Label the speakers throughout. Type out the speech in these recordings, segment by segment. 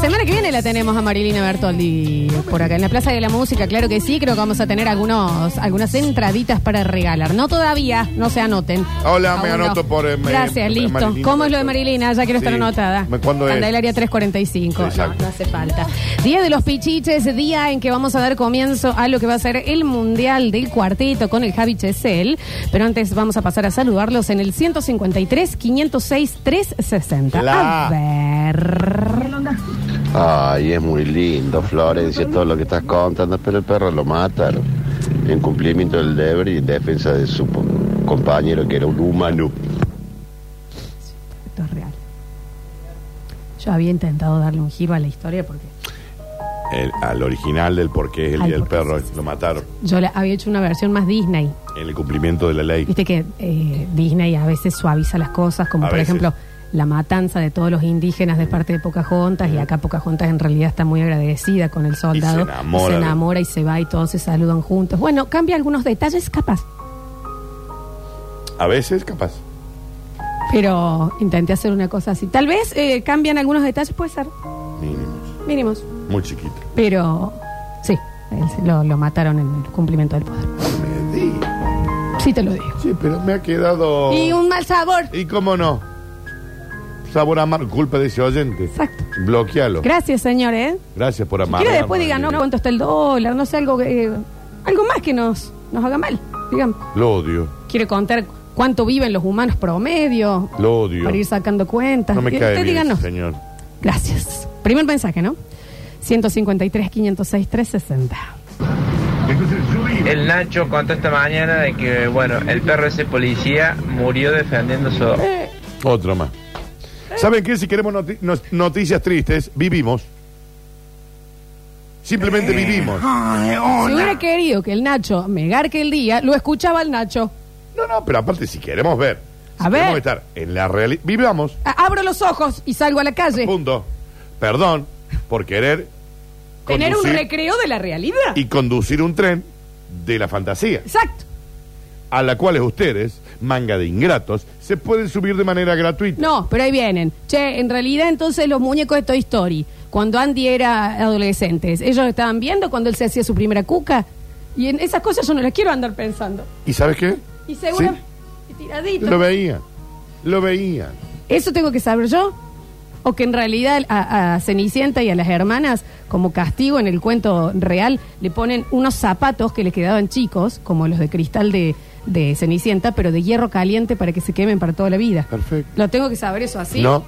Speaker 1: semana que viene la tenemos a Marilina Bertoldi por acá en la Plaza de la Música. Claro que sí, creo que vamos a tener algunos, algunas entraditas para regalar. No todavía, no se anoten.
Speaker 2: Hola,
Speaker 1: Aún
Speaker 2: me anoto
Speaker 1: no.
Speaker 2: por, eh, me-
Speaker 1: Gracias,
Speaker 2: eh,
Speaker 1: listo.
Speaker 2: Marilina
Speaker 1: ¿Cómo es lo de
Speaker 2: Bertoldi?
Speaker 1: Marilina? Ya quiero estar
Speaker 2: Sí.
Speaker 1: anotada.
Speaker 2: ¿Me- cuándo es?
Speaker 1: Candelaria 345. No,
Speaker 2: Exacto.
Speaker 1: no hace falta. Día de los Pichiches, día en que vamos a dar comienzo a lo que va a ser el Mundial del Cuartito con el Javi Chesel. Pero antes vamos a pasar a saludarlos en el 153 506 360.
Speaker 2: La-
Speaker 1: A ver.
Speaker 3: Ay, es muy lindo, Florencia, todo lo que estás contando, pero el perro lo mataron. En cumplimiento del deber y en defensa de su po- compañero, que era un humano.
Speaker 1: Esto es real. Yo había intentado darle un giro a la historia porque
Speaker 2: El- al original del por qué es el
Speaker 1: Al
Speaker 2: día del
Speaker 1: por qué,
Speaker 2: perro,
Speaker 1: sí, sí,
Speaker 2: lo mataron.
Speaker 1: yo le había hecho una versión más Disney.
Speaker 2: En el cumplimiento de la ley.
Speaker 1: Viste que eh, Disney a veces suaviza las cosas, como
Speaker 2: A
Speaker 1: por
Speaker 2: veces.
Speaker 1: ejemplo la matanza de todos los indígenas de parte de Pocahontas, y acá Pocahontas en realidad está muy agradecida con el soldado.
Speaker 2: Y se enamora
Speaker 1: se
Speaker 2: de-
Speaker 1: enamora y se va y todos se saludan juntos. Bueno, cambia algunos detalles capaz,
Speaker 2: A veces, capaz.
Speaker 1: pero intenté hacer una cosa así. Tal vez eh, cambian algunos detalles, puede ser,
Speaker 2: Mínimos.
Speaker 1: mínimos.
Speaker 2: Muy chiquito.
Speaker 1: Pero sí, él se- lo, lo mataron en el cumplimiento del poder.
Speaker 2: Me di.
Speaker 1: Sí, te lo digo.
Speaker 2: Sí, pero me ha quedado.
Speaker 1: Y un mal sabor.
Speaker 2: ¿Y cómo no? Sabor amargo, culpa de ese oyente.
Speaker 1: Exacto.
Speaker 2: Bloquealo.
Speaker 1: Gracias, señores.
Speaker 2: Gracias por amar.
Speaker 1: Quiero después digan, no, cuánto está el dólar, no sé, algo que, eh, algo más que nos, nos haga mal. Digan,
Speaker 2: Lo odio.
Speaker 1: quiere contar cuánto viven los humanos promedio
Speaker 2: Lo odio.
Speaker 1: para ir sacando cuentas.
Speaker 2: No me
Speaker 1: Y
Speaker 2: cae
Speaker 1: usted
Speaker 2: bien,
Speaker 1: díganos.
Speaker 2: ese señor.
Speaker 1: Gracias. Primer mensaje, ¿no? 153, 506, 360.
Speaker 4: El Nacho contó esta mañana de que, bueno, el perro ese policía murió defendiendo su...
Speaker 5: Eh,
Speaker 2: Otro más.
Speaker 1: Eh.
Speaker 2: ¿Saben qué? Si queremos noti- nos- noticias tristes, vivimos.
Speaker 1: Eh.
Speaker 2: Simplemente vivimos.
Speaker 1: Si hubiera querido que el Nacho me garque el día, lo escuchaba el Nacho.
Speaker 2: No, no, pero aparte, si queremos ver.
Speaker 1: A
Speaker 2: si
Speaker 1: ver.
Speaker 2: Queremos estar en la realidad. Vivamos.
Speaker 1: A- abro los ojos y salgo a la calle.
Speaker 2: Punto. Perdón por querer.
Speaker 1: Tener un
Speaker 2: conducir
Speaker 1: recreo de la realidad.
Speaker 2: Y conducir un tren de la fantasía.
Speaker 1: Exacto.
Speaker 2: a la cuales ustedes, manga de ingratos, se pueden subir de manera gratuita.
Speaker 1: No, pero ahí vienen. Che, en realidad entonces los muñecos de Toy Story, cuando Andy era adolescente, ellos estaban viendo cuando él se hacía su primera cuca. Y en esas cosas yo no las quiero andar pensando.
Speaker 2: ¿Y sabes qué?
Speaker 1: Y seguro...
Speaker 2: Sí,
Speaker 1: y tiradito.
Speaker 2: lo veía. Lo veía.
Speaker 1: ¿Eso tengo que saber yo? ¿O que en realidad a, a Cenicienta y a las hermanas, como castigo en el cuento real, le ponen unos zapatos que le quedaban chicos, como los de cristal de, de Cenicienta, pero de hierro caliente para que se quemen para toda la vida?
Speaker 2: Perfecto.
Speaker 1: ¿Lo tengo que saber eso así?
Speaker 2: No.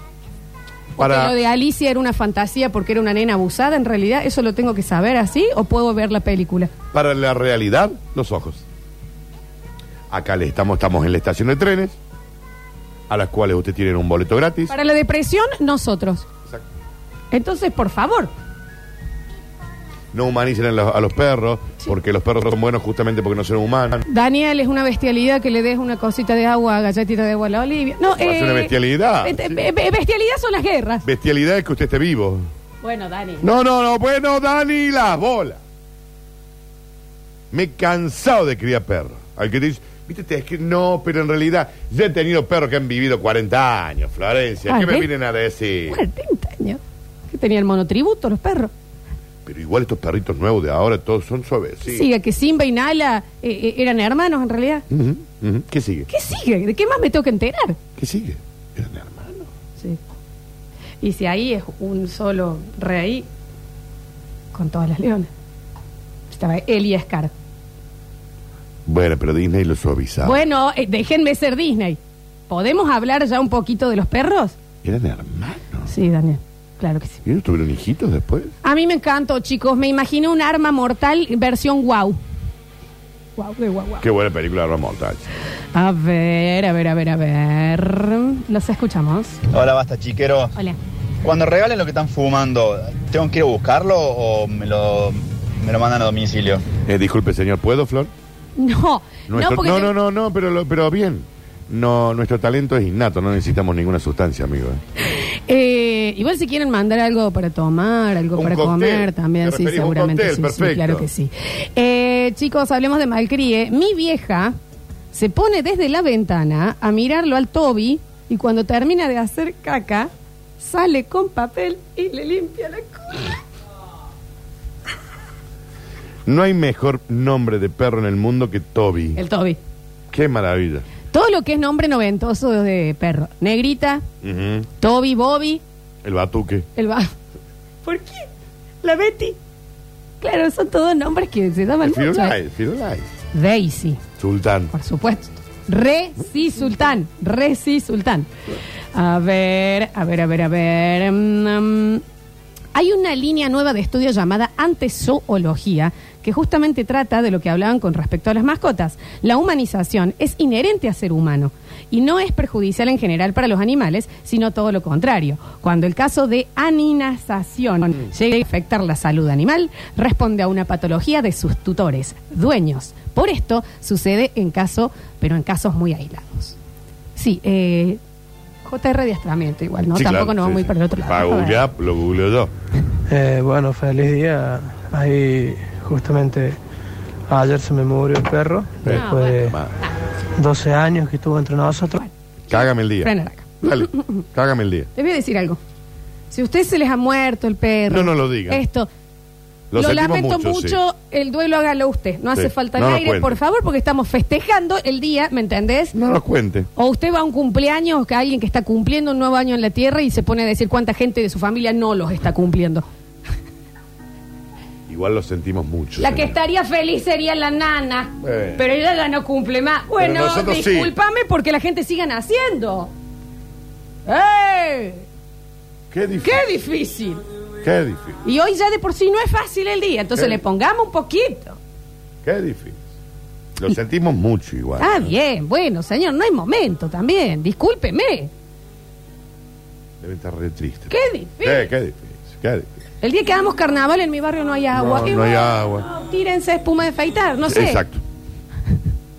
Speaker 1: Para...
Speaker 2: Para-
Speaker 1: Lo de Alicia era una fantasía porque era una nena abusada, en realidad, ¿eso lo tengo que saber así o puedo ver la película?
Speaker 2: Para la realidad, los ojos. Acá le estamos, estamos en la estación de trenes, a las cuales usted tiene un boleto gratis.
Speaker 1: Para la depresión, nosotros.
Speaker 2: Exacto.
Speaker 1: Entonces, por favor,
Speaker 2: No humanicen a los, a los perros, porque los perros son buenos justamente porque no son humanos.
Speaker 1: Daniel, es una bestialidad que le des una cosita de agua, galletita de agua a la Olivia. No,
Speaker 2: Parece una bestialidad.
Speaker 1: eh, eh, eh, bestialidad son las guerras.
Speaker 2: Bestialidad es que usted esté vivo.
Speaker 1: Bueno, Dani.
Speaker 2: No, no, no, bueno, Dani, las bolas. Me he cansado de criar perros. Al que te dice, viste, te que no, pero en realidad ya he tenido perros que han vivido 40 años, Florencia. ¿Qué
Speaker 1: Ah, ¿sí?
Speaker 2: me vienen a decir?
Speaker 1: 40 años. Que tenía el monotributo, los perros.
Speaker 2: Pero igual estos perritos nuevos de ahora todos son suaves.
Speaker 1: ¿Qué sigue? Que Simba y Nala eh, eh, eran hermanos en realidad.
Speaker 2: Ujú, ujú. ¿Qué sigue?
Speaker 1: ¿Qué sigue? ¿De qué más me tengo que enterar?
Speaker 2: ¿Qué sigue? Eran hermanos.
Speaker 1: Sí. Y si ahí es un solo rey con todas las leonas. Estaba Elia Scar.
Speaker 2: Bueno, pero Disney lo suavizaba.
Speaker 1: Bueno, eh, déjenme ser Disney. ¿Podemos hablar ya un poquito de los perros?
Speaker 2: Eran hermanos.
Speaker 1: Sí, Daniel. Claro que sí.
Speaker 2: ¿Y no tuvieron hijitos después?
Speaker 1: A mí me encantó, chicos. Me imagino un arma mortal versión wow. Wow, de guau, guau.
Speaker 2: Qué buena película, Ramón. Tach.
Speaker 1: A ver, a ver, a ver, a ver. Los escuchamos.
Speaker 6: Hola, basta chiquero.
Speaker 1: Hola.
Speaker 6: Cuando regalen lo que están fumando, ¿tengo que ir a buscarlo o me lo, me lo mandan a domicilio?
Speaker 2: Eh, disculpe, señor, ¿puedo, Flor?
Speaker 1: No,
Speaker 2: Nuestro-
Speaker 1: no, porque
Speaker 2: no,
Speaker 1: te-
Speaker 2: no, no, no, pero, lo- pero bien. No, nuestro talento es innato, no necesitamos ninguna sustancia, amigo. ¿eh?
Speaker 1: Eh, igual si quieren mandar algo para tomar, algo
Speaker 2: Un
Speaker 1: para
Speaker 2: cóctel.
Speaker 1: comer también,
Speaker 2: ¿Te
Speaker 1: sí,
Speaker 2: referís a un
Speaker 1: seguramente. sí,
Speaker 2: cóctel?
Speaker 1: sí,
Speaker 2: Perfecto.
Speaker 1: claro que sí. Eh, chicos, hablemos de Malcrie. Mi vieja se pone desde la ventana a mirarlo al Toby y cuando termina de hacer caca, sale con papel y le limpia la cola.
Speaker 2: No hay mejor nombre de perro en el mundo que Toby.
Speaker 1: El Toby.
Speaker 2: Qué maravilla.
Speaker 1: Todo lo que es nombre noventoso de perro. Negrita,
Speaker 2: Ujú.
Speaker 1: Toby, Bobby,
Speaker 2: El batuque.
Speaker 1: el va. ¿Por qué? La Betty. Claro, son todos nombres que se llaman
Speaker 2: El
Speaker 1: mucho.
Speaker 2: Firulais, Firulais.
Speaker 1: Daisy,
Speaker 2: Sultán.
Speaker 1: por supuesto. Re, sí, sultán. Re, sí, sultán. A ver, a ver, a ver, a ver. Mm, hay una línea nueva de estudio llamada antezoología que justamente trata de lo que hablaban con respecto a las mascotas. La humanización es inherente a ser humano y no es perjudicial en general para los animales, sino todo lo contrario. Cuando el caso de aninazación llega a afectar la salud animal, responde a una patología de sus tutores, dueños. Por esto sucede en caso, pero en casos muy aislados. Sí, eh, JR de astramiento igual, ¿no?
Speaker 2: Sí,
Speaker 1: Tampoco
Speaker 2: claro,
Speaker 1: nos
Speaker 2: sí,
Speaker 1: vamos a ir
Speaker 2: sí.
Speaker 1: para el otro
Speaker 2: Para
Speaker 1: lado. A ver.
Speaker 2: googlear, lo googleo yo.
Speaker 7: Eh, bueno, feliz día. Ahí justamente ayer se me murió el perro,
Speaker 1: Ah,
Speaker 7: después
Speaker 1: bueno.
Speaker 7: de
Speaker 2: Ma-
Speaker 7: 12 años que estuvo entre nosotros.
Speaker 2: Cágame el día.
Speaker 1: Frenar acá.
Speaker 2: Dale, cágame el día.
Speaker 1: Les voy a decir algo. Si a ustedes se les ha muerto el perro.
Speaker 2: No, no lo digan.
Speaker 1: Esto.
Speaker 2: Lo
Speaker 1: Lo,
Speaker 2: sentimos
Speaker 1: lamento mucho,
Speaker 2: mucho, sí.
Speaker 1: el duelo hágalo usted. No
Speaker 2: Sí.
Speaker 1: hace falta el
Speaker 2: No nos
Speaker 1: aire,
Speaker 2: cuente.
Speaker 1: por favor, porque estamos festejando el día, ¿me entendés?
Speaker 2: No nos cuente.
Speaker 1: O usted va a un cumpleaños, que alguien que está cumpliendo un nuevo año en la Tierra y se pone a decir cuánta gente de su familia no los está cumpliendo.
Speaker 2: Igual lo sentimos mucho.
Speaker 1: La que
Speaker 2: señor.
Speaker 1: estaría feliz sería la nana,
Speaker 2: Bueno.
Speaker 1: pero ella ya no cumple más. Bueno,
Speaker 2: Eh. nosotros sí.
Speaker 1: discúlpame porque la gente siga naciendo. ¡Ey!
Speaker 2: Qué difícil.
Speaker 1: ¡Qué difícil!
Speaker 2: Qué difícil.
Speaker 1: Y hoy ya de por sí no es fácil el día, entonces
Speaker 2: Sí.
Speaker 1: le pongamos un poquito.
Speaker 2: Qué difícil. Lo sentimos mucho igual.
Speaker 1: Ah, bien, bueno, señor, no hay momento también, discúlpeme.
Speaker 2: Debe estar re triste.
Speaker 1: Qué difícil.
Speaker 2: Eh, qué difícil. Qué difícil.
Speaker 1: El día que hagamos carnaval en mi barrio no hay agua.
Speaker 2: No,
Speaker 1: Y
Speaker 2: no hay
Speaker 1: bueno,
Speaker 2: agua.
Speaker 1: tírense espuma de afeitar, no sé.
Speaker 2: Exacto.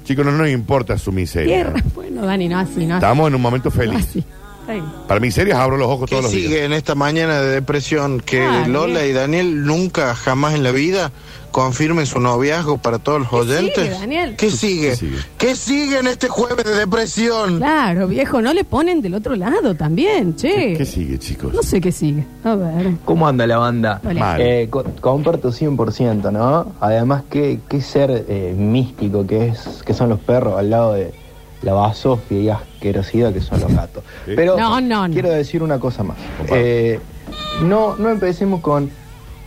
Speaker 2: Chicos, no nos importa su miseria.
Speaker 1: Tierra. Ah, Bueno, Dani, no así, no así.
Speaker 2: Estamos en un momento
Speaker 1: no
Speaker 2: feliz.
Speaker 1: así. Está bien.
Speaker 2: Para miserias abro los ojos
Speaker 8: ¿Qué
Speaker 2: todos los días.
Speaker 8: sigue en esta mañana de depresión? Que
Speaker 1: Ah,
Speaker 8: Lola
Speaker 1: bien.
Speaker 8: y Daniel nunca, jamás en la vida confirmen su noviazgo para todos los
Speaker 1: ¿Qué sigue,
Speaker 8: oyentes.
Speaker 1: Daniel?
Speaker 8: ¿Qué sigue?
Speaker 2: ¿Qué sigue?
Speaker 8: ¿Qué sigue en este jueves de depresión?
Speaker 1: Claro, viejo, no le ponen del otro lado también, che.
Speaker 2: ¿Qué sigue, chicos?
Speaker 1: No sé qué sigue. A ver.
Speaker 9: ¿Cómo anda la banda?
Speaker 1: Hola.
Speaker 2: Mal.
Speaker 9: Eh, co- comparto 100%, ¿no? Además, qué, qué ser eh, místico que, es, que son los perros al lado de la basofia y asquerosidad que son los gatos.
Speaker 2: Sí.
Speaker 9: Pero
Speaker 1: No, no, no.
Speaker 9: quiero decir una cosa más.
Speaker 2: Comparto.
Speaker 9: Eh, no, no empecemos con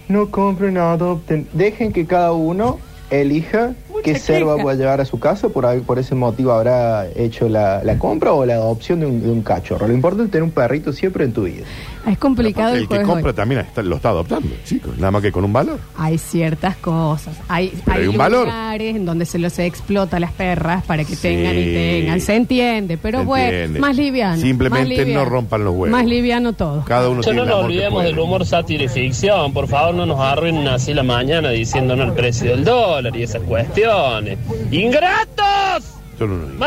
Speaker 9: no compren, no adopten. Dejen que cada uno elija
Speaker 1: Mucha
Speaker 9: qué ser va
Speaker 1: queja.
Speaker 9: a llevar a su casa. Por, ahí- por ese motivo habrá hecho la, la compra o la adopción de un, de un cachorro. Lo importante es tener un perrito siempre en tu vida.
Speaker 1: Ah, Es complicado el,
Speaker 2: Aparte, el que
Speaker 1: jueves
Speaker 2: compra
Speaker 1: hoy.
Speaker 2: también está- lo está adoptando, chicos. Nada más que con un valor.
Speaker 1: Hay ciertas cosas. Hay,
Speaker 2: Pero hay un valor.
Speaker 1: lugares en donde se los explota a las perras para que
Speaker 2: Sí.
Speaker 1: tengan y tengan. Se entiende, pero
Speaker 2: Se
Speaker 1: bueno,
Speaker 2: entiende.
Speaker 1: más liviano. más
Speaker 2: Simplemente
Speaker 1: liviano.
Speaker 2: no rompan los huevos.
Speaker 1: Más liviano todo.
Speaker 2: Cada uno
Speaker 10: Ya
Speaker 2: tiene
Speaker 10: no
Speaker 2: el
Speaker 10: nos
Speaker 2: amor que
Speaker 10: olvidemos
Speaker 2: puede.
Speaker 10: del humor sátira y ficción. Por favor, no nos arruinen así la mañana diciéndonos el precio del dólar y esas cuestiones. ¡Ingratos!
Speaker 2: Yo no lo digo.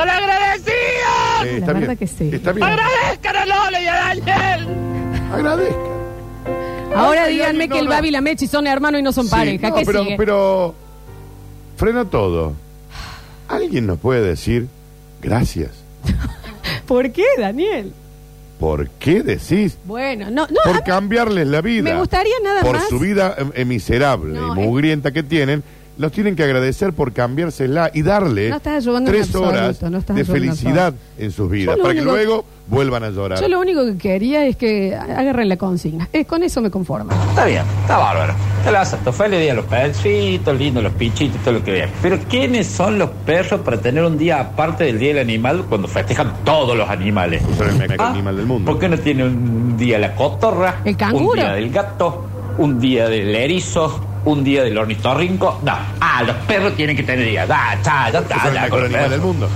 Speaker 10: ¡Malagradecidos!
Speaker 2: Eh,
Speaker 1: La
Speaker 2: está
Speaker 1: verdad
Speaker 2: bien.
Speaker 1: que sí.
Speaker 2: Está bien.
Speaker 10: ¡Agradezcan a Lola y a Daniel!
Speaker 2: Agradezca.
Speaker 1: Ahora
Speaker 2: Ay,
Speaker 1: díganme
Speaker 2: ay, no,
Speaker 1: que el
Speaker 2: no.
Speaker 1: Babi y la Mechi son hermanos y no son
Speaker 2: Sí,
Speaker 1: pareja.
Speaker 2: no,
Speaker 1: ¿Qué
Speaker 2: pero,
Speaker 1: sigue?
Speaker 2: pero frena todo. ¿Alguien nos puede decir gracias?
Speaker 1: ¿Por qué, Daniel?
Speaker 2: ¿Por qué decís?
Speaker 1: Bueno, no, no. a
Speaker 2: Por
Speaker 1: mí-
Speaker 2: cambiarles la vida.
Speaker 1: me gustaría nada
Speaker 2: por
Speaker 1: más-
Speaker 2: su vida eh, eh, miserable
Speaker 1: No,
Speaker 2: y mugrienta que tienen, los tienen que agradecer por cambiársela y darle
Speaker 1: No estás ayudando en
Speaker 2: tres
Speaker 1: absoluto,
Speaker 2: horas
Speaker 1: no estás ayudando
Speaker 2: de
Speaker 1: en
Speaker 2: felicidad en sus vidas,
Speaker 1: lo
Speaker 2: para que
Speaker 1: único-
Speaker 2: luego vuelvan a llorar.
Speaker 1: yo lo único que quería es que agarren la consigna. Eh, con eso me conformo.
Speaker 5: Está bien, está bárbaro. Te la acepto. Feliz día a los perritos, lindo los pichitos, todo lo que veas. Pero ¿quiénes son los perros para tener un día aparte del Día del Animal cuando festejan todos los animales? Ah,
Speaker 2: Son el mejor
Speaker 11: Ah.
Speaker 2: animal del mundo.
Speaker 5: ¿Por qué no tiene un día la cotorra?
Speaker 1: El canguro.
Speaker 5: Un día del gato, un día del erizo, un día del ornitorrinco. No, ah, los perros tienen que tener día. Da, cha, ya
Speaker 2: Que
Speaker 5: está,
Speaker 2: son el
Speaker 5: ya,
Speaker 2: mejor
Speaker 5: con los
Speaker 2: animal del
Speaker 5: perros.
Speaker 2: mundo.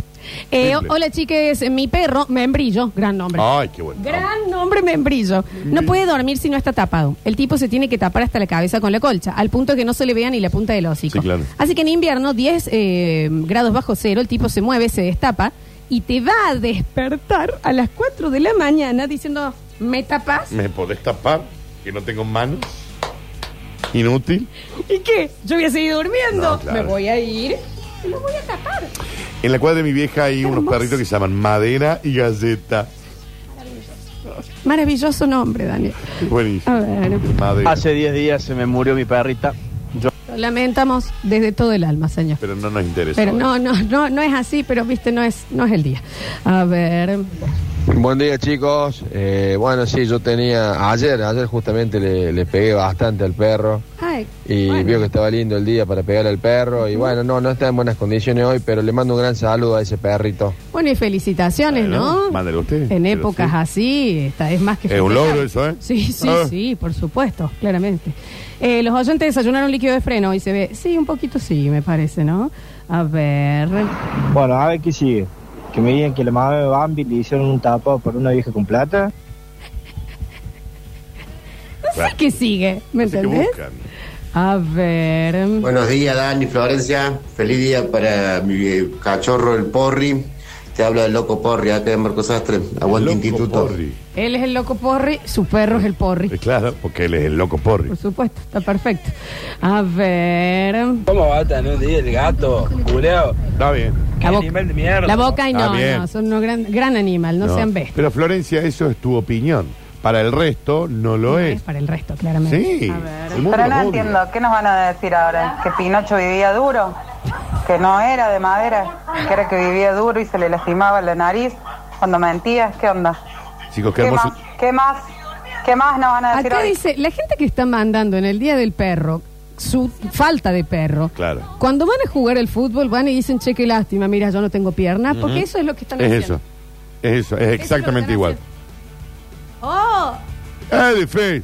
Speaker 1: Eh,
Speaker 2: Simple.
Speaker 1: hola, chiques. Mi perro, Membrillo, gran nombre.
Speaker 2: Ay, qué bueno.
Speaker 1: Gran nombre membrillo. No puede dormir si no está tapado. El tipo se tiene que tapar hasta la cabeza con la colcha, al punto que no se le vea ni la punta del hocico.
Speaker 2: Sí, claro.
Speaker 1: Así que en invierno, 10 eh, grados bajo cero, el tipo se mueve, se destapa y te va a despertar a las 4 de la mañana diciendo, ¿me tapas?
Speaker 2: ¿Me podés tapar? Que no tengo manos. Inútil.
Speaker 1: ¿Y qué? Yo voy a seguir durmiendo.
Speaker 2: No, claro.
Speaker 1: Me voy a ir y lo voy a tapar.
Speaker 2: En la cuadra de mi vieja hay unos
Speaker 1: hermoso.
Speaker 2: perritos que se llaman Madera y Galleta. maravilloso.
Speaker 1: Maravilloso nombre, Daniel.
Speaker 2: Buenísimo.
Speaker 1: A ver.
Speaker 2: Madre.
Speaker 12: Ah,
Speaker 13: Hace 10 días se me murió mi perrita. Yo
Speaker 1: Lo lamentamos desde todo el alma, señor.
Speaker 2: Pero no nos interesa.
Speaker 1: Pero no, no, no, no es así, pero viste, no es, no es el día. A ver.
Speaker 14: Buen día chicos, Eh, bueno sí, yo tenía, ayer, ayer justamente le, le pegué bastante al perro
Speaker 1: Ay,
Speaker 14: y
Speaker 1: bueno.
Speaker 14: vio que estaba lindo el día para pegar al perro y bueno, no, no está en buenas condiciones hoy, pero le mando un gran saludo a ese perrito.
Speaker 1: Bueno, y felicitaciones, ¿no?
Speaker 2: Mándale usted.
Speaker 1: En épocas así, esta es más que
Speaker 2: Es un
Speaker 1: festejar.
Speaker 2: logro eso, ¿eh?
Speaker 1: Sí, sí,
Speaker 2: Ah.
Speaker 1: sí, por supuesto, claramente. Eh, los oyentes desayunaron líquido de freno y se ve, sí, un poquito sí, me parece, ¿no? A ver.
Speaker 13: Bueno, a ver qué sigue. Que me digan que la mamá de Bambi le hicieron un tapado por una vieja con plata.
Speaker 1: No sé qué sigue, ¿me entendés? A ver.
Speaker 15: Buenos días, Dani, Florencia. Feliz día para mi eh, cachorro, el Porri. Te habla del loco Porri, acá de Marcos Astre. Aguante Instituto.
Speaker 1: Él es el loco porri, su perro es el porri.
Speaker 2: Eh, Claro, porque él es el loco porri.
Speaker 1: Por supuesto, está perfecto. A ver.
Speaker 10: ¿Cómo va a tener un día el gato, culeo?
Speaker 2: Está bien.
Speaker 1: La boca,
Speaker 10: animal de mierda.
Speaker 1: la boca y
Speaker 2: Está
Speaker 1: no,
Speaker 2: bien.
Speaker 1: no, son un gran, gran animal, no, sean bestias.
Speaker 2: Pero Florencia, eso es tu opinión. Para el resto, no lo es.
Speaker 1: Para el resto, claramente.
Speaker 2: Sí. El mundo
Speaker 16: Pero
Speaker 2: los
Speaker 16: no
Speaker 2: odia.
Speaker 16: entiendo, ¿qué nos van a decir ahora? ¿Que Pinocho vivía duro? ¿Que no era de madera? ¿Que era que vivía duro y se le lastimaba la nariz cuando mentías? ¿Qué onda?
Speaker 2: Chicos, qué
Speaker 16: ¿Qué
Speaker 2: hermoso.
Speaker 16: más? ¿Qué más? ¿Qué más nos van a decir
Speaker 1: Acá
Speaker 16: hoy?
Speaker 1: dice, la gente que está mandando en el Día del Perro, su falta de perro,
Speaker 2: Claro.
Speaker 1: cuando van a jugar el fútbol van y dicen, che, qué lástima, mira, yo no tengo piernas, porque
Speaker 2: Ujú.
Speaker 1: eso es lo que están
Speaker 2: Es
Speaker 1: haciendo.
Speaker 2: eso. Es eso. Es exactamente igual.
Speaker 1: ¡Oh!
Speaker 2: Es difícil.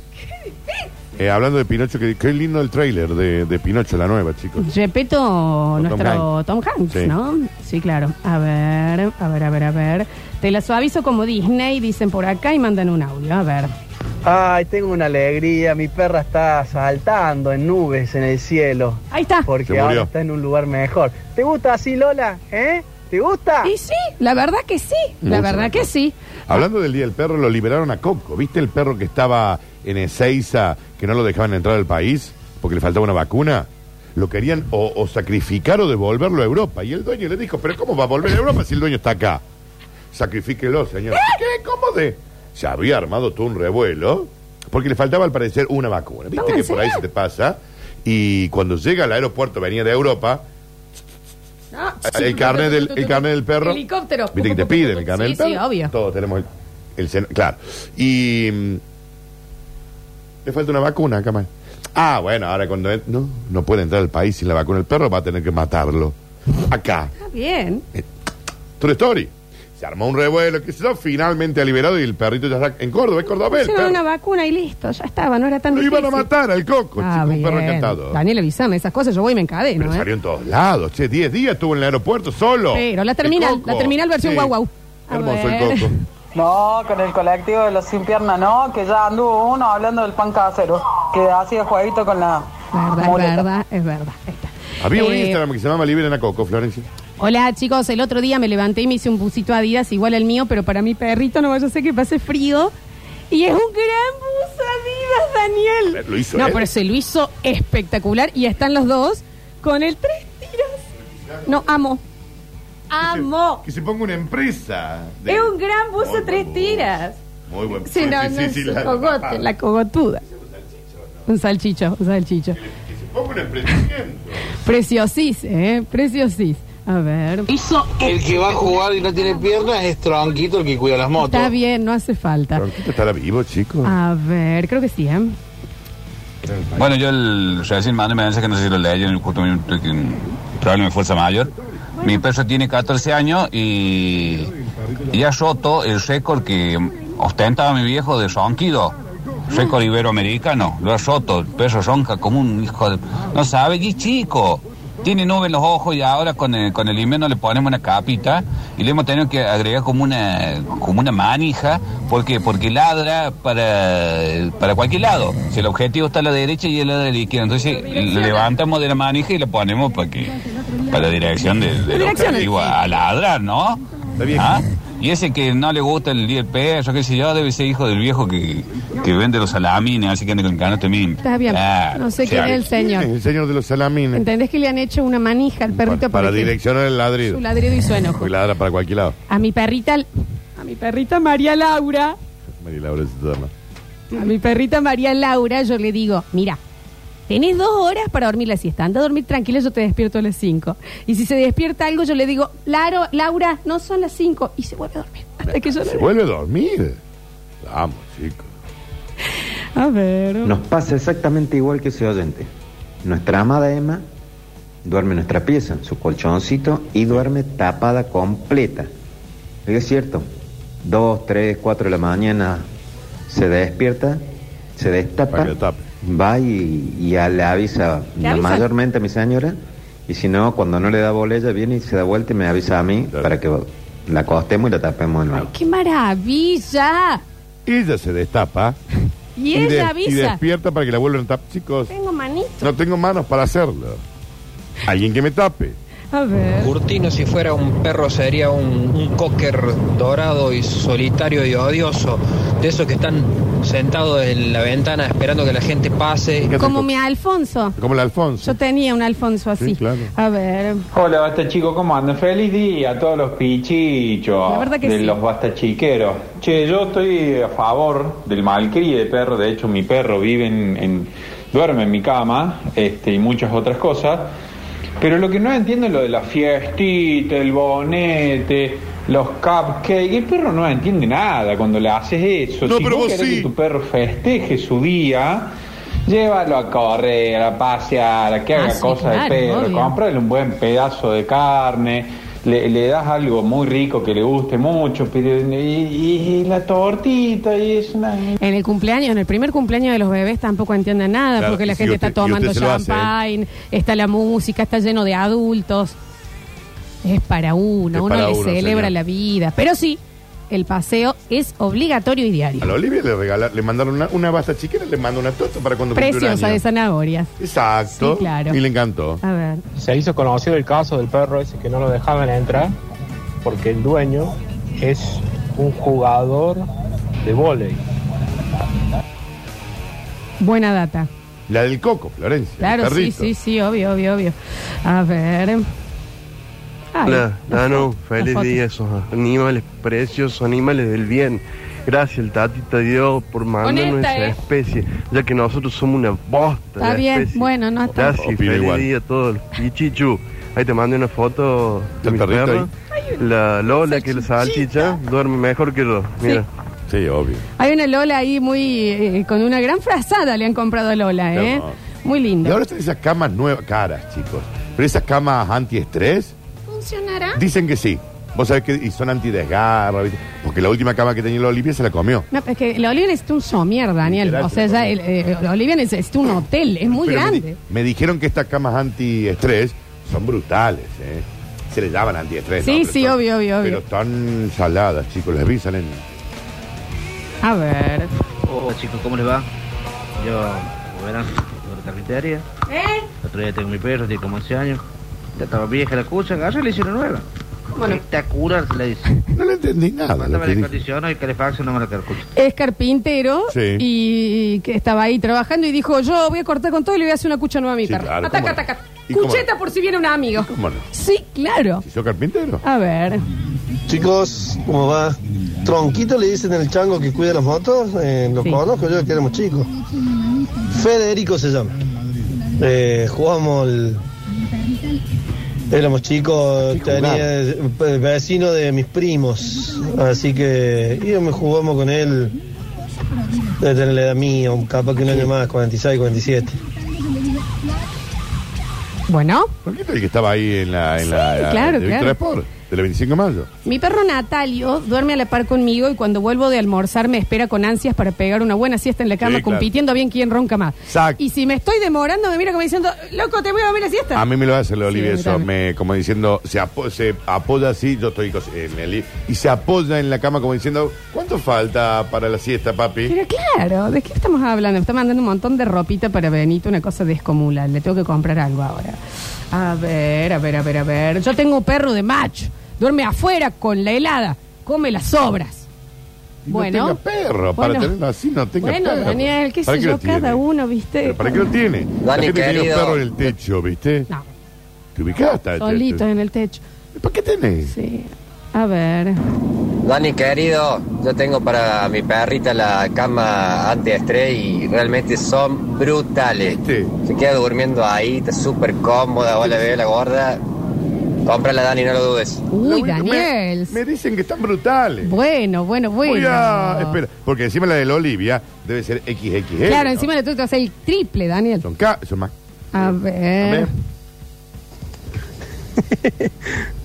Speaker 2: Eh, hablando de Pinocho, que- qué lindo el tráiler de, de Pinocho, la nueva, chicos.
Speaker 1: Repito, nuestro Tom Hanks,
Speaker 2: Sí.
Speaker 1: ¿no? Sí, claro. A ver, a ver, a ver, a ver. Te la suavizo como Disney, dicen por acá y mandan un audio. A ver.
Speaker 12: Ay, tengo una alegría. Mi perra está saltando en nubes en el cielo.
Speaker 1: Ahí está.
Speaker 12: Porque
Speaker 1: Se murió.
Speaker 12: ahora está en un lugar mejor. ¿Te gusta así, Lola? ¿Eh? ¿Te gusta?
Speaker 1: Y sí, la verdad que sí. La
Speaker 2: Mucho
Speaker 1: verdad
Speaker 2: mejor.
Speaker 1: que sí.
Speaker 2: Hablando del Día del Perro, lo liberaron a Coco. ¿Viste el perro que estaba en Ezeiza, que no lo dejaban entrar al país porque le faltaba una vacuna? Lo querían o, o sacrificar o devolverlo a Europa. Y el dueño le dijo, pero ¿cómo va a volver a Europa si el dueño está acá? Sacrifíquelo, señor. ¿Qué? ¿Cómo de? Se había armado todo un revuelo porque le faltaba al parecer una vacuna. ¿Viste que por ahí se te pasa? Y cuando llega al aeropuerto, venía de Europa,
Speaker 1: No.
Speaker 2: Ah, el carnet del, el carnet del perro.
Speaker 1: Helicóptero.
Speaker 2: Viste que te piden el carnet
Speaker 1: Sí,
Speaker 2: del perro.
Speaker 1: sí, obvio.
Speaker 2: Todos tenemos el, el seno- Claro. Y. mm, le falta una vacuna acá, man. Ah, bueno, ahora cuando. en- No, no puede entrar al país sin la vacuna el perro, va a tener que matarlo. Acá.
Speaker 1: Está bien.
Speaker 2: Eh, True story. Se armó un revuelo, que se lo finalmente ha liberado y el perrito ya está en Córdoba, es Córdoba.
Speaker 1: Pusieron una vacuna y listo, ya estaba, no era tan
Speaker 2: Lo
Speaker 1: difícil.
Speaker 2: iban a matar al coco,
Speaker 1: Ah,
Speaker 2: chico, un perro
Speaker 1: bien.
Speaker 2: encantado.
Speaker 1: Daniel, avísame esas cosas, yo voy y me encadeno,
Speaker 2: Pero
Speaker 1: ¿eh?
Speaker 2: salió en todos lados, che, 10 días estuvo en el aeropuerto solo.
Speaker 1: Pero la
Speaker 2: El
Speaker 1: terminal,
Speaker 2: Coco.
Speaker 1: la terminal versión
Speaker 2: Sí.
Speaker 1: guau guau. A
Speaker 2: Hermoso el
Speaker 1: ver.
Speaker 2: coco.
Speaker 16: No, con el colectivo de los sin pierna, no, que ya anduvo uno hablando del pan casero, que hacía jueguito con la...
Speaker 1: Verdad, es
Speaker 16: muleta.
Speaker 1: verdad, es verdad. Ahí está.
Speaker 2: Había un
Speaker 1: Eh,
Speaker 2: Instagram que se llamaba Liberen a Coco, Florencia.
Speaker 1: Hola chicos, el otro día me levanté y me hice un busito Adidas igual al mío, pero para mi perrito no vaya a ser que pase frío. Y es un gran buzo Adidas, Daniel.
Speaker 2: Lo hizo
Speaker 1: no,
Speaker 2: él.
Speaker 1: pero se Eh, lo hizo espectacular y están los dos con el tres tiras. No, amo. Amo.
Speaker 2: Que se ponga una empresa. de-
Speaker 1: Es un gran buzo
Speaker 2: Muy
Speaker 1: tres
Speaker 2: buen
Speaker 1: tiras.
Speaker 2: Muy buen
Speaker 1: Sí, no, no, es un cogote, la cogotuda. Un salchicho, un salchicho.
Speaker 2: Ponga un emprendimiento.
Speaker 1: Preciosís, ¿eh? Preciosís. A ver. Hizo
Speaker 17: El que va a jugar y no tiene piernas es Tronquito el que cuida las motos.
Speaker 1: Está bien, no hace falta.
Speaker 2: Tronquito estará vivo, chico.
Speaker 1: A ver, creo que sí, ¿eh?
Speaker 11: Bueno, yo el, recién mandé un mensaje, no sé si lo leyeron, justo un problema de fuerza mayor. Mi perro tiene 14 años y ya roto el récord que ostentaba mi viejo de ronquido.
Speaker 1: Mm.
Speaker 11: Récord iberoamericano. Lo ha roto. El perro ronca como un hijo de... No sabe, y chico. Tiene nube en los ojos y ahora con el, con el invierno le ponemos una capita y le hemos tenido que agregar como una como una manija porque porque ladra para, para cualquier lado. Si el objetivo está a la derecha y él a la izquierda, entonces le levantamos de la manija y le ponemos para que para la dirección del, del
Speaker 18: Direcciones,
Speaker 11: objetivo a, a ladrar, ¿no? ¿Ah? Y ese que no le gusta el líder perro, qué sé yo, debe ser hijo del viejo que, que vende los salamines, así que anda con el Ah, canasto mil.
Speaker 1: Está bien. No sé quién es el señor.
Speaker 2: El señor de los salamines.
Speaker 1: ¿Entendés que le han hecho una manija al perrito
Speaker 2: Para
Speaker 1: que-
Speaker 2: direccionar el ladrido.
Speaker 1: Su ladrido y su enojo.
Speaker 2: Porque ladra para cualquier lado.
Speaker 1: A mi perrita, a mi perrita María Laura,
Speaker 2: María Laura se llama.
Speaker 1: A mi perrita María Laura yo le digo, mira, tenés dos horas para dormir la siesta, anda a dormir tranquila, yo te despierto a las cinco. Y si se despierta algo, yo le digo, Laro, Laura, no son las cinco. Y se vuelve a dormir. Hasta que yo
Speaker 2: Se
Speaker 1: le-
Speaker 2: vuelve a dormir. Vamos, chicos.
Speaker 1: A ver.
Speaker 6: Nos pasa exactamente igual que ese oyente. Nuestra amada Emma duerme en nuestra pieza, en su colchoncito, y duerme tapada completa. Y es cierto, dos, tres, cuatro de la mañana se despierta, se destapa, va y, y a- le avisa
Speaker 1: ¿Le avisa?
Speaker 6: mayormente a mi señora, y si no, cuando no le da bola, ella viene y se da vuelta y me avisa a mí para que la acostemos y la tapemos de nuevo.
Speaker 1: ¡Qué maravilla!
Speaker 2: Ella se destapa.
Speaker 1: Y ella
Speaker 2: de-
Speaker 1: avisa.
Speaker 2: Y despierta para que la vuelvan a tapar. Chicos,
Speaker 1: Tengo manito.
Speaker 2: no tengo manos para hacerlo. Alguien que me tape.
Speaker 1: A ver.
Speaker 19: Curtino, si fuera un perro, sería un, un cocker dorado y solitario y odioso. De esos que están sentados en la ventana esperando que la gente pase.
Speaker 1: Como mi Alfonso.
Speaker 2: Como el Alfonso.
Speaker 1: Yo tenía un Alfonso así. A ver.
Speaker 11: Hola, basta chicos, ¿cómo andan? Feliz día a todos los pichichos
Speaker 1: La verdad que
Speaker 11: de
Speaker 1: sí.
Speaker 11: los basta chiqueros. Che, yo estoy a favor del malcríe de perro, de hecho mi perro vive en, en- duerme en mi cama este, y muchas otras cosas, pero lo que no entiendo es lo de la fiestita, el bonete, los cupcakes, el perro no entiende nada cuando le haces eso.
Speaker 2: No,
Speaker 11: si
Speaker 2: pero
Speaker 11: vos
Speaker 2: vos
Speaker 11: querés
Speaker 2: sí.
Speaker 11: que tu perro festeje su día, llévalo a correr, a pasear, a que haga
Speaker 20: Ah, sí,
Speaker 11: cosas
Speaker 20: claro,
Speaker 11: de perro,
Speaker 20: obvio.
Speaker 11: comprarle un buen pedazo de carne, le, le das algo muy rico que le guste mucho, pero y, y- y la tortita y es una...
Speaker 1: En el cumpleaños, en el primer cumpleaños de los bebés tampoco entienden nada
Speaker 11: Claro,
Speaker 1: porque la
Speaker 11: y
Speaker 1: gente
Speaker 11: usted-
Speaker 1: está
Speaker 11: y
Speaker 1: tomando
Speaker 11: usted se lo hace, ¿eh?
Speaker 1: champagne, está la música, está lleno de adultos. Es para uno,
Speaker 2: Es
Speaker 1: uno
Speaker 2: para
Speaker 1: le
Speaker 2: uno,
Speaker 1: celebra
Speaker 2: señor.
Speaker 1: la vida. Pero sí, el paseo es obligatorio y diario.
Speaker 2: A la Olivia le regalaron, le mandaron una, una basta chiquera, le mandó una tota para cuando cumplió un
Speaker 1: Preciosa
Speaker 2: año.
Speaker 1: de zanahorias.
Speaker 2: Exacto.
Speaker 1: Sí, claro.
Speaker 2: Y le encantó.
Speaker 1: A ver.
Speaker 21: Se hizo conocido el caso del perro ese que no lo dejaban entrar porque el dueño es un jugador de vóley.
Speaker 1: Buena data.
Speaker 2: La del coco, Florencia. el
Speaker 1: Claro, sí,
Speaker 2: perrito.
Speaker 1: sí, sí, obvio, obvio, obvio. A ver. Ay,
Speaker 22: Hola, Dano, feliz
Speaker 1: foto.
Speaker 22: día, esos animales preciosos, animales del bien. Gracias, el tatita Dios, por mandarnos
Speaker 1: Honesta,
Speaker 22: esa
Speaker 1: eh.
Speaker 22: especie, ya que nosotros somos una bosta.
Speaker 1: Está
Speaker 22: de
Speaker 1: bien,
Speaker 22: especie.
Speaker 1: bueno, no está.
Speaker 22: Gracias,
Speaker 2: Opino
Speaker 22: feliz
Speaker 2: igual.
Speaker 22: día a todos. Y Chichu, ahí te mandé una foto de mi
Speaker 2: perrito
Speaker 22: perro. La Lola, que la salchicha, duerme mejor que yo. Mira.
Speaker 2: Sí, obvio.
Speaker 1: Hay una Lola ahí muy eh, con una gran frazada le han comprado a Lola,
Speaker 2: Qué
Speaker 1: ¿eh?
Speaker 2: hermoso.
Speaker 1: Muy
Speaker 2: Y
Speaker 1: lindo.
Speaker 2: ahora están esas camas nuevas, caras, chicos. Pero esas camas antiestrés,
Speaker 1: ¿Funcionará?
Speaker 2: dicen que sí. Vos sabés que y son antidesgarro, ¿viste? porque la última cama que tenía la Olivia se la comió.
Speaker 1: No, es que la Olivia necesita un somier, Daniel.
Speaker 2: Literal,
Speaker 1: O sea, ya el, eh, la Olivia necesita un hotel, es muy
Speaker 2: Pero me di-
Speaker 1: grande.
Speaker 2: Me, dijeron que estas camas antiestrés son brutales, ¿eh? Se les llaman antiestrés.
Speaker 1: Sí,
Speaker 2: ¿no? Pero
Speaker 1: sí,
Speaker 2: son-
Speaker 1: obvio, obvio, obvio.
Speaker 2: Pero están saladas, chicos. ¿eh? Las vi, salen.
Speaker 1: A ver.
Speaker 23: Hola chicos, ¿cómo les va? Yo, como verán, soy de carpintería.
Speaker 1: ¿Eh?
Speaker 23: El otro día tengo mi perro, tiene como 11 años. Ya estaba vieja la cucha, agarré y le hicieron nueva.
Speaker 1: Bueno.
Speaker 23: Espectacular, se la dice.
Speaker 2: No le entendí nada.
Speaker 23: Mándame
Speaker 2: lo que
Speaker 23: la
Speaker 2: dije.
Speaker 23: condición y calefacción, no me la calcucho.
Speaker 1: Es carpintero
Speaker 23: Sí.
Speaker 1: y que estaba ahí trabajando y dijo, yo voy a cortar con todo y le voy a hacer una cucha nueva a mi
Speaker 2: Sí,
Speaker 1: perro.
Speaker 2: claro,
Speaker 1: ataca,
Speaker 2: ¿cómo no?
Speaker 1: ataca.
Speaker 2: ¿Y cómo
Speaker 1: Cucheta por si viene un amigo.
Speaker 2: ¿Cómo no?
Speaker 1: Sí, claro.
Speaker 2: ¿Y soy carpintero?
Speaker 1: A ver.
Speaker 12: Chicos, ¿cómo va? Tronquito le dicen el chango que cuida las motos, eh, lo conozco yo que éramos chicos. Federico se llama. Eh, jugamos el- Éramos chicos, tenía eh, vecino de mis primos, así que íbamos, jugamos con él, debe tener la edad mía, un- capaz que un año más, 46, 47.
Speaker 1: Bueno,
Speaker 2: Tronquito, el que estaba ahí en la. En la, la-
Speaker 1: claro,
Speaker 2: de
Speaker 1: claro.
Speaker 2: Víctor Sport, de la 25 de mayo.
Speaker 1: mi perro Natalio duerme a la par conmigo y cuando vuelvo de almorzar me espera con ansias para pegar una buena siesta en la cama,
Speaker 2: Sí, claro.
Speaker 1: compitiendo a bien quién ronca más.
Speaker 2: Exacto.
Speaker 1: Y si me estoy demorando, me mira como diciendo, loco, te voy a dormir la siesta.
Speaker 2: A mí me lo hace la Olivia
Speaker 1: Sí, a mí
Speaker 2: eso, me, como diciendo, se, apo- se apoya así, yo estoy cos- en el, y se apoya en la cama como diciendo, ¿cuánto falta para la siesta, papi?
Speaker 1: Pero claro, ¿de qué estamos hablando? Me está mandando un montón de ropita para Benito, una cosa descomula. Le tengo que comprar algo ahora. A ver, a ver, a ver, a ver. Yo tengo un perro de macho. Duerme afuera con la helada. Come las sobras.
Speaker 2: Y
Speaker 1: bueno.
Speaker 2: No tenga perro, para
Speaker 1: Bueno.
Speaker 2: tenerlo así no tenga
Speaker 1: Bueno,
Speaker 2: perro.
Speaker 1: Daniel, qué
Speaker 2: ¿Para
Speaker 1: sé yo,
Speaker 2: lo tiene?
Speaker 1: cada uno, este, ¿viste?
Speaker 2: ¿Pero ¿Para qué lo tiene? La
Speaker 1: Dani,
Speaker 2: gente tiene un
Speaker 1: querido.
Speaker 2: perro en el techo, ¿viste?
Speaker 1: No.
Speaker 2: Te ubicás hasta el
Speaker 1: Solitos
Speaker 2: techo.
Speaker 1: en el techo.
Speaker 2: ¿Para qué tenés?
Speaker 1: Sí. A ver.
Speaker 3: Dani querido, yo tengo para mi perrita la cama antiestrés y realmente son brutales. Se queda durmiendo ahí, está súper cómoda, vos la bebé la gorda. Cómprala Dani, no lo dudes.
Speaker 1: Uy, Daniel.
Speaker 2: Me dicen que están brutales.
Speaker 1: Bueno, bueno, bueno.
Speaker 2: Voy a- Espera, eh. porque encima la de Olivia debe ser XXL.
Speaker 1: Claro,
Speaker 2: ¿no?
Speaker 1: encima de tú te haces el triple, Daniel.
Speaker 2: Son, ca- son más.
Speaker 1: A ver.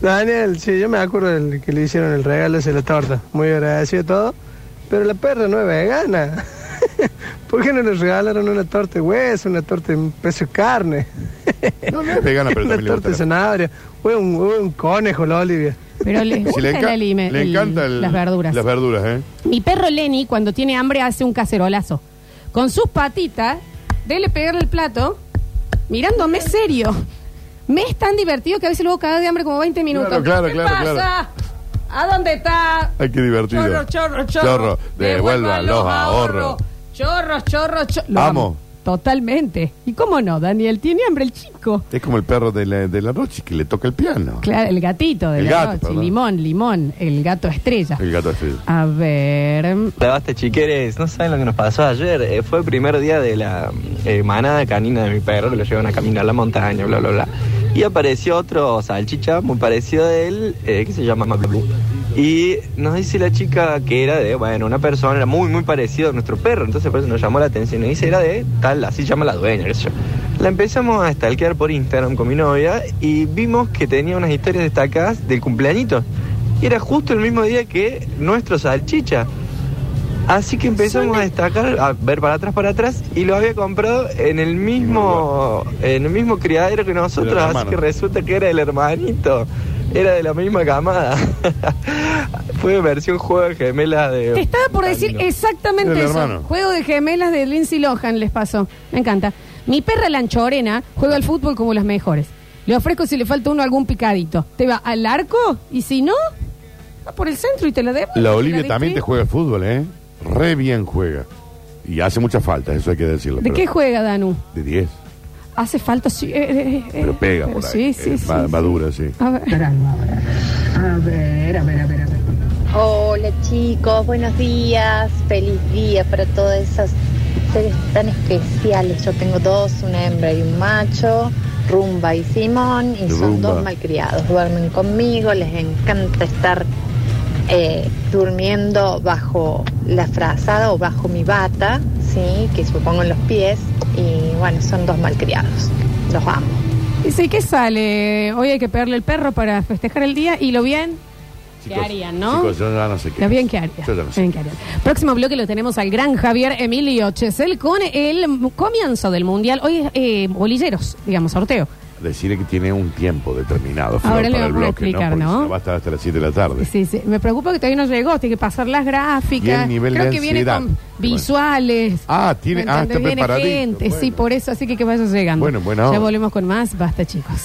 Speaker 12: Daniel, sí, yo me acuerdo del que le hicieron el regalo ese de la torta. Muy agradecido todo. Pero la perra no es vegana. ¿Por qué no le regalaron una torta de hueso, una torta de un pedazo de carne?
Speaker 2: No, no es vegana, pero
Speaker 12: Una
Speaker 2: también le gusta.
Speaker 12: torta de
Speaker 2: la-
Speaker 12: zanahoria. O un, o un conejo, la Olivia.
Speaker 1: Pero le gusta
Speaker 2: Sí, le, enca-
Speaker 1: el alime-
Speaker 2: le
Speaker 1: el-
Speaker 2: encanta el-
Speaker 1: las verduras.
Speaker 2: Las verduras, ¿eh?
Speaker 1: Mi perro Lenny, cuando tiene hambre, hace un cacerolazo. Con sus patitas, dele pegarle el plato, mirándome serio. Me es tan divertido que a veces luego caga de hambre como 20 minutos.
Speaker 2: claro,
Speaker 1: ¿Qué
Speaker 2: claro,
Speaker 1: pasa?
Speaker 2: claro.
Speaker 1: ¿A dónde está?
Speaker 2: Ay, qué divertido.
Speaker 1: Chorro, chorro, chorro.
Speaker 2: Chorro, devuelvan los ahorros.
Speaker 1: Chorro, chorro, chorro. Lo
Speaker 2: Vamos.
Speaker 1: amo. Totalmente. ¿Y cómo no, Daniel? Tiene hambre el chico.
Speaker 2: Es como el perro de la, de la Rochi que le toca el piano.
Speaker 1: Claro, el gatito de
Speaker 2: El
Speaker 1: la
Speaker 2: gato,
Speaker 1: noche.
Speaker 2: perdón.
Speaker 1: Limón, limón. El gato estrella.
Speaker 2: El gato estrella.
Speaker 1: A ver.
Speaker 4: La basta chiqueres, no saben lo que nos pasó ayer. Eh, fue el primer día de la eh, manada canina de mi perro, que lo llevan a caminar la montaña, bla, bla, bla. Y apareció otro salchicha muy parecido a él, eh, que se llama Mablu. Y nos dice la chica que era de, bueno, una persona, era muy, muy parecido a nuestro perro, entonces por eso nos llamó la atención. Y dice, era de tal, así llama la dueña, qué sé yo. La empezamos a stalkear por Instagram con mi novia y vimos que tenía unas historias destacadas del cumpleañito. Y era justo el mismo día que nuestro salchicha. Así que empezamos a destacar, a ver para atrás, para atrás, y lo había comprado en el mismo, en el mismo criadero que nosotros,
Speaker 6: Era el
Speaker 4: así
Speaker 6: hermano.
Speaker 4: que resulta que era el hermanito, era de la misma camada. Fue versión juego de gemelas de.
Speaker 1: Te estaba por decir exactamente
Speaker 4: El
Speaker 1: eso.
Speaker 4: hermano.
Speaker 1: Juego de gemelas de Lindsay Lohan les pasó. Me encanta. Mi perra Lanchorena juega al fútbol como las mejores. Le ofrezco si le falta uno algún picadito. Te va al arco y si no, va por el centro y te la debo.
Speaker 2: La Olivia también te juega al fútbol, ¿eh? Re bien juega. Y hace mucha falta, eso hay que decirlo.
Speaker 1: ¿De
Speaker 2: pero-
Speaker 1: qué juega, Danu?
Speaker 2: De 10.
Speaker 1: Hace falta. Sí, eh, eh, eh,
Speaker 2: Pero pega
Speaker 1: pero
Speaker 2: por
Speaker 1: Sí,
Speaker 2: ahí.
Speaker 1: sí,
Speaker 2: Eh,
Speaker 1: sí.
Speaker 2: va, va dura, sí.
Speaker 1: A ver.
Speaker 24: A ver, a ver, a ver, a ver. Hola chicos, buenos días, feliz día para todas esas seres tan especiales. Yo tengo dos, una hembra y un macho, Rumba y Simón, y son
Speaker 25: Rumba.
Speaker 24: dos malcriados. Duermen conmigo, les encanta estar eh, durmiendo bajo la frazada o bajo mi bata, sí, que se pongo en los pies, y bueno, son dos malcriados. Los amo.
Speaker 1: Dice, ¿qué sale? Hoy hay que pegarle el perro para festejar el día y lo bien. ¿Qué
Speaker 2: Chicos,
Speaker 1: harían, no?
Speaker 2: Chicos, yo ya no sé qué.
Speaker 1: Lo bien que haría.
Speaker 2: Yo ya no sé.
Speaker 1: Bien que haría. Próximo bloque lo tenemos al gran Javier Emilio Chesel con el m- comienzo del Mundial. Hoy es eh, bolilleros, digamos, sorteo.
Speaker 2: Decirle que tiene un tiempo determinado Flor,
Speaker 1: Ahora le
Speaker 2: para el
Speaker 1: vamos a
Speaker 2: bloque,
Speaker 1: explicar,
Speaker 2: ¿no? Porque
Speaker 1: ¿no?
Speaker 2: si no va a estar hasta las 7 de la tarde.
Speaker 1: Sí, sí. Me preocupa que todavía no llegó, tiene que pasar las gráficas.
Speaker 2: Y el nivel
Speaker 1: Creo
Speaker 2: de
Speaker 1: que viene
Speaker 2: ansiedad.
Speaker 1: con visuales.
Speaker 2: Ah, tiene-
Speaker 1: ¿Me
Speaker 2: ah,
Speaker 1: entendés?
Speaker 2: está
Speaker 1: Viene
Speaker 2: preparadito.
Speaker 1: gente, sí, por eso, así que que vaya llegando.
Speaker 2: Bueno, bueno.
Speaker 1: Ya volvemos con más, basta chicos.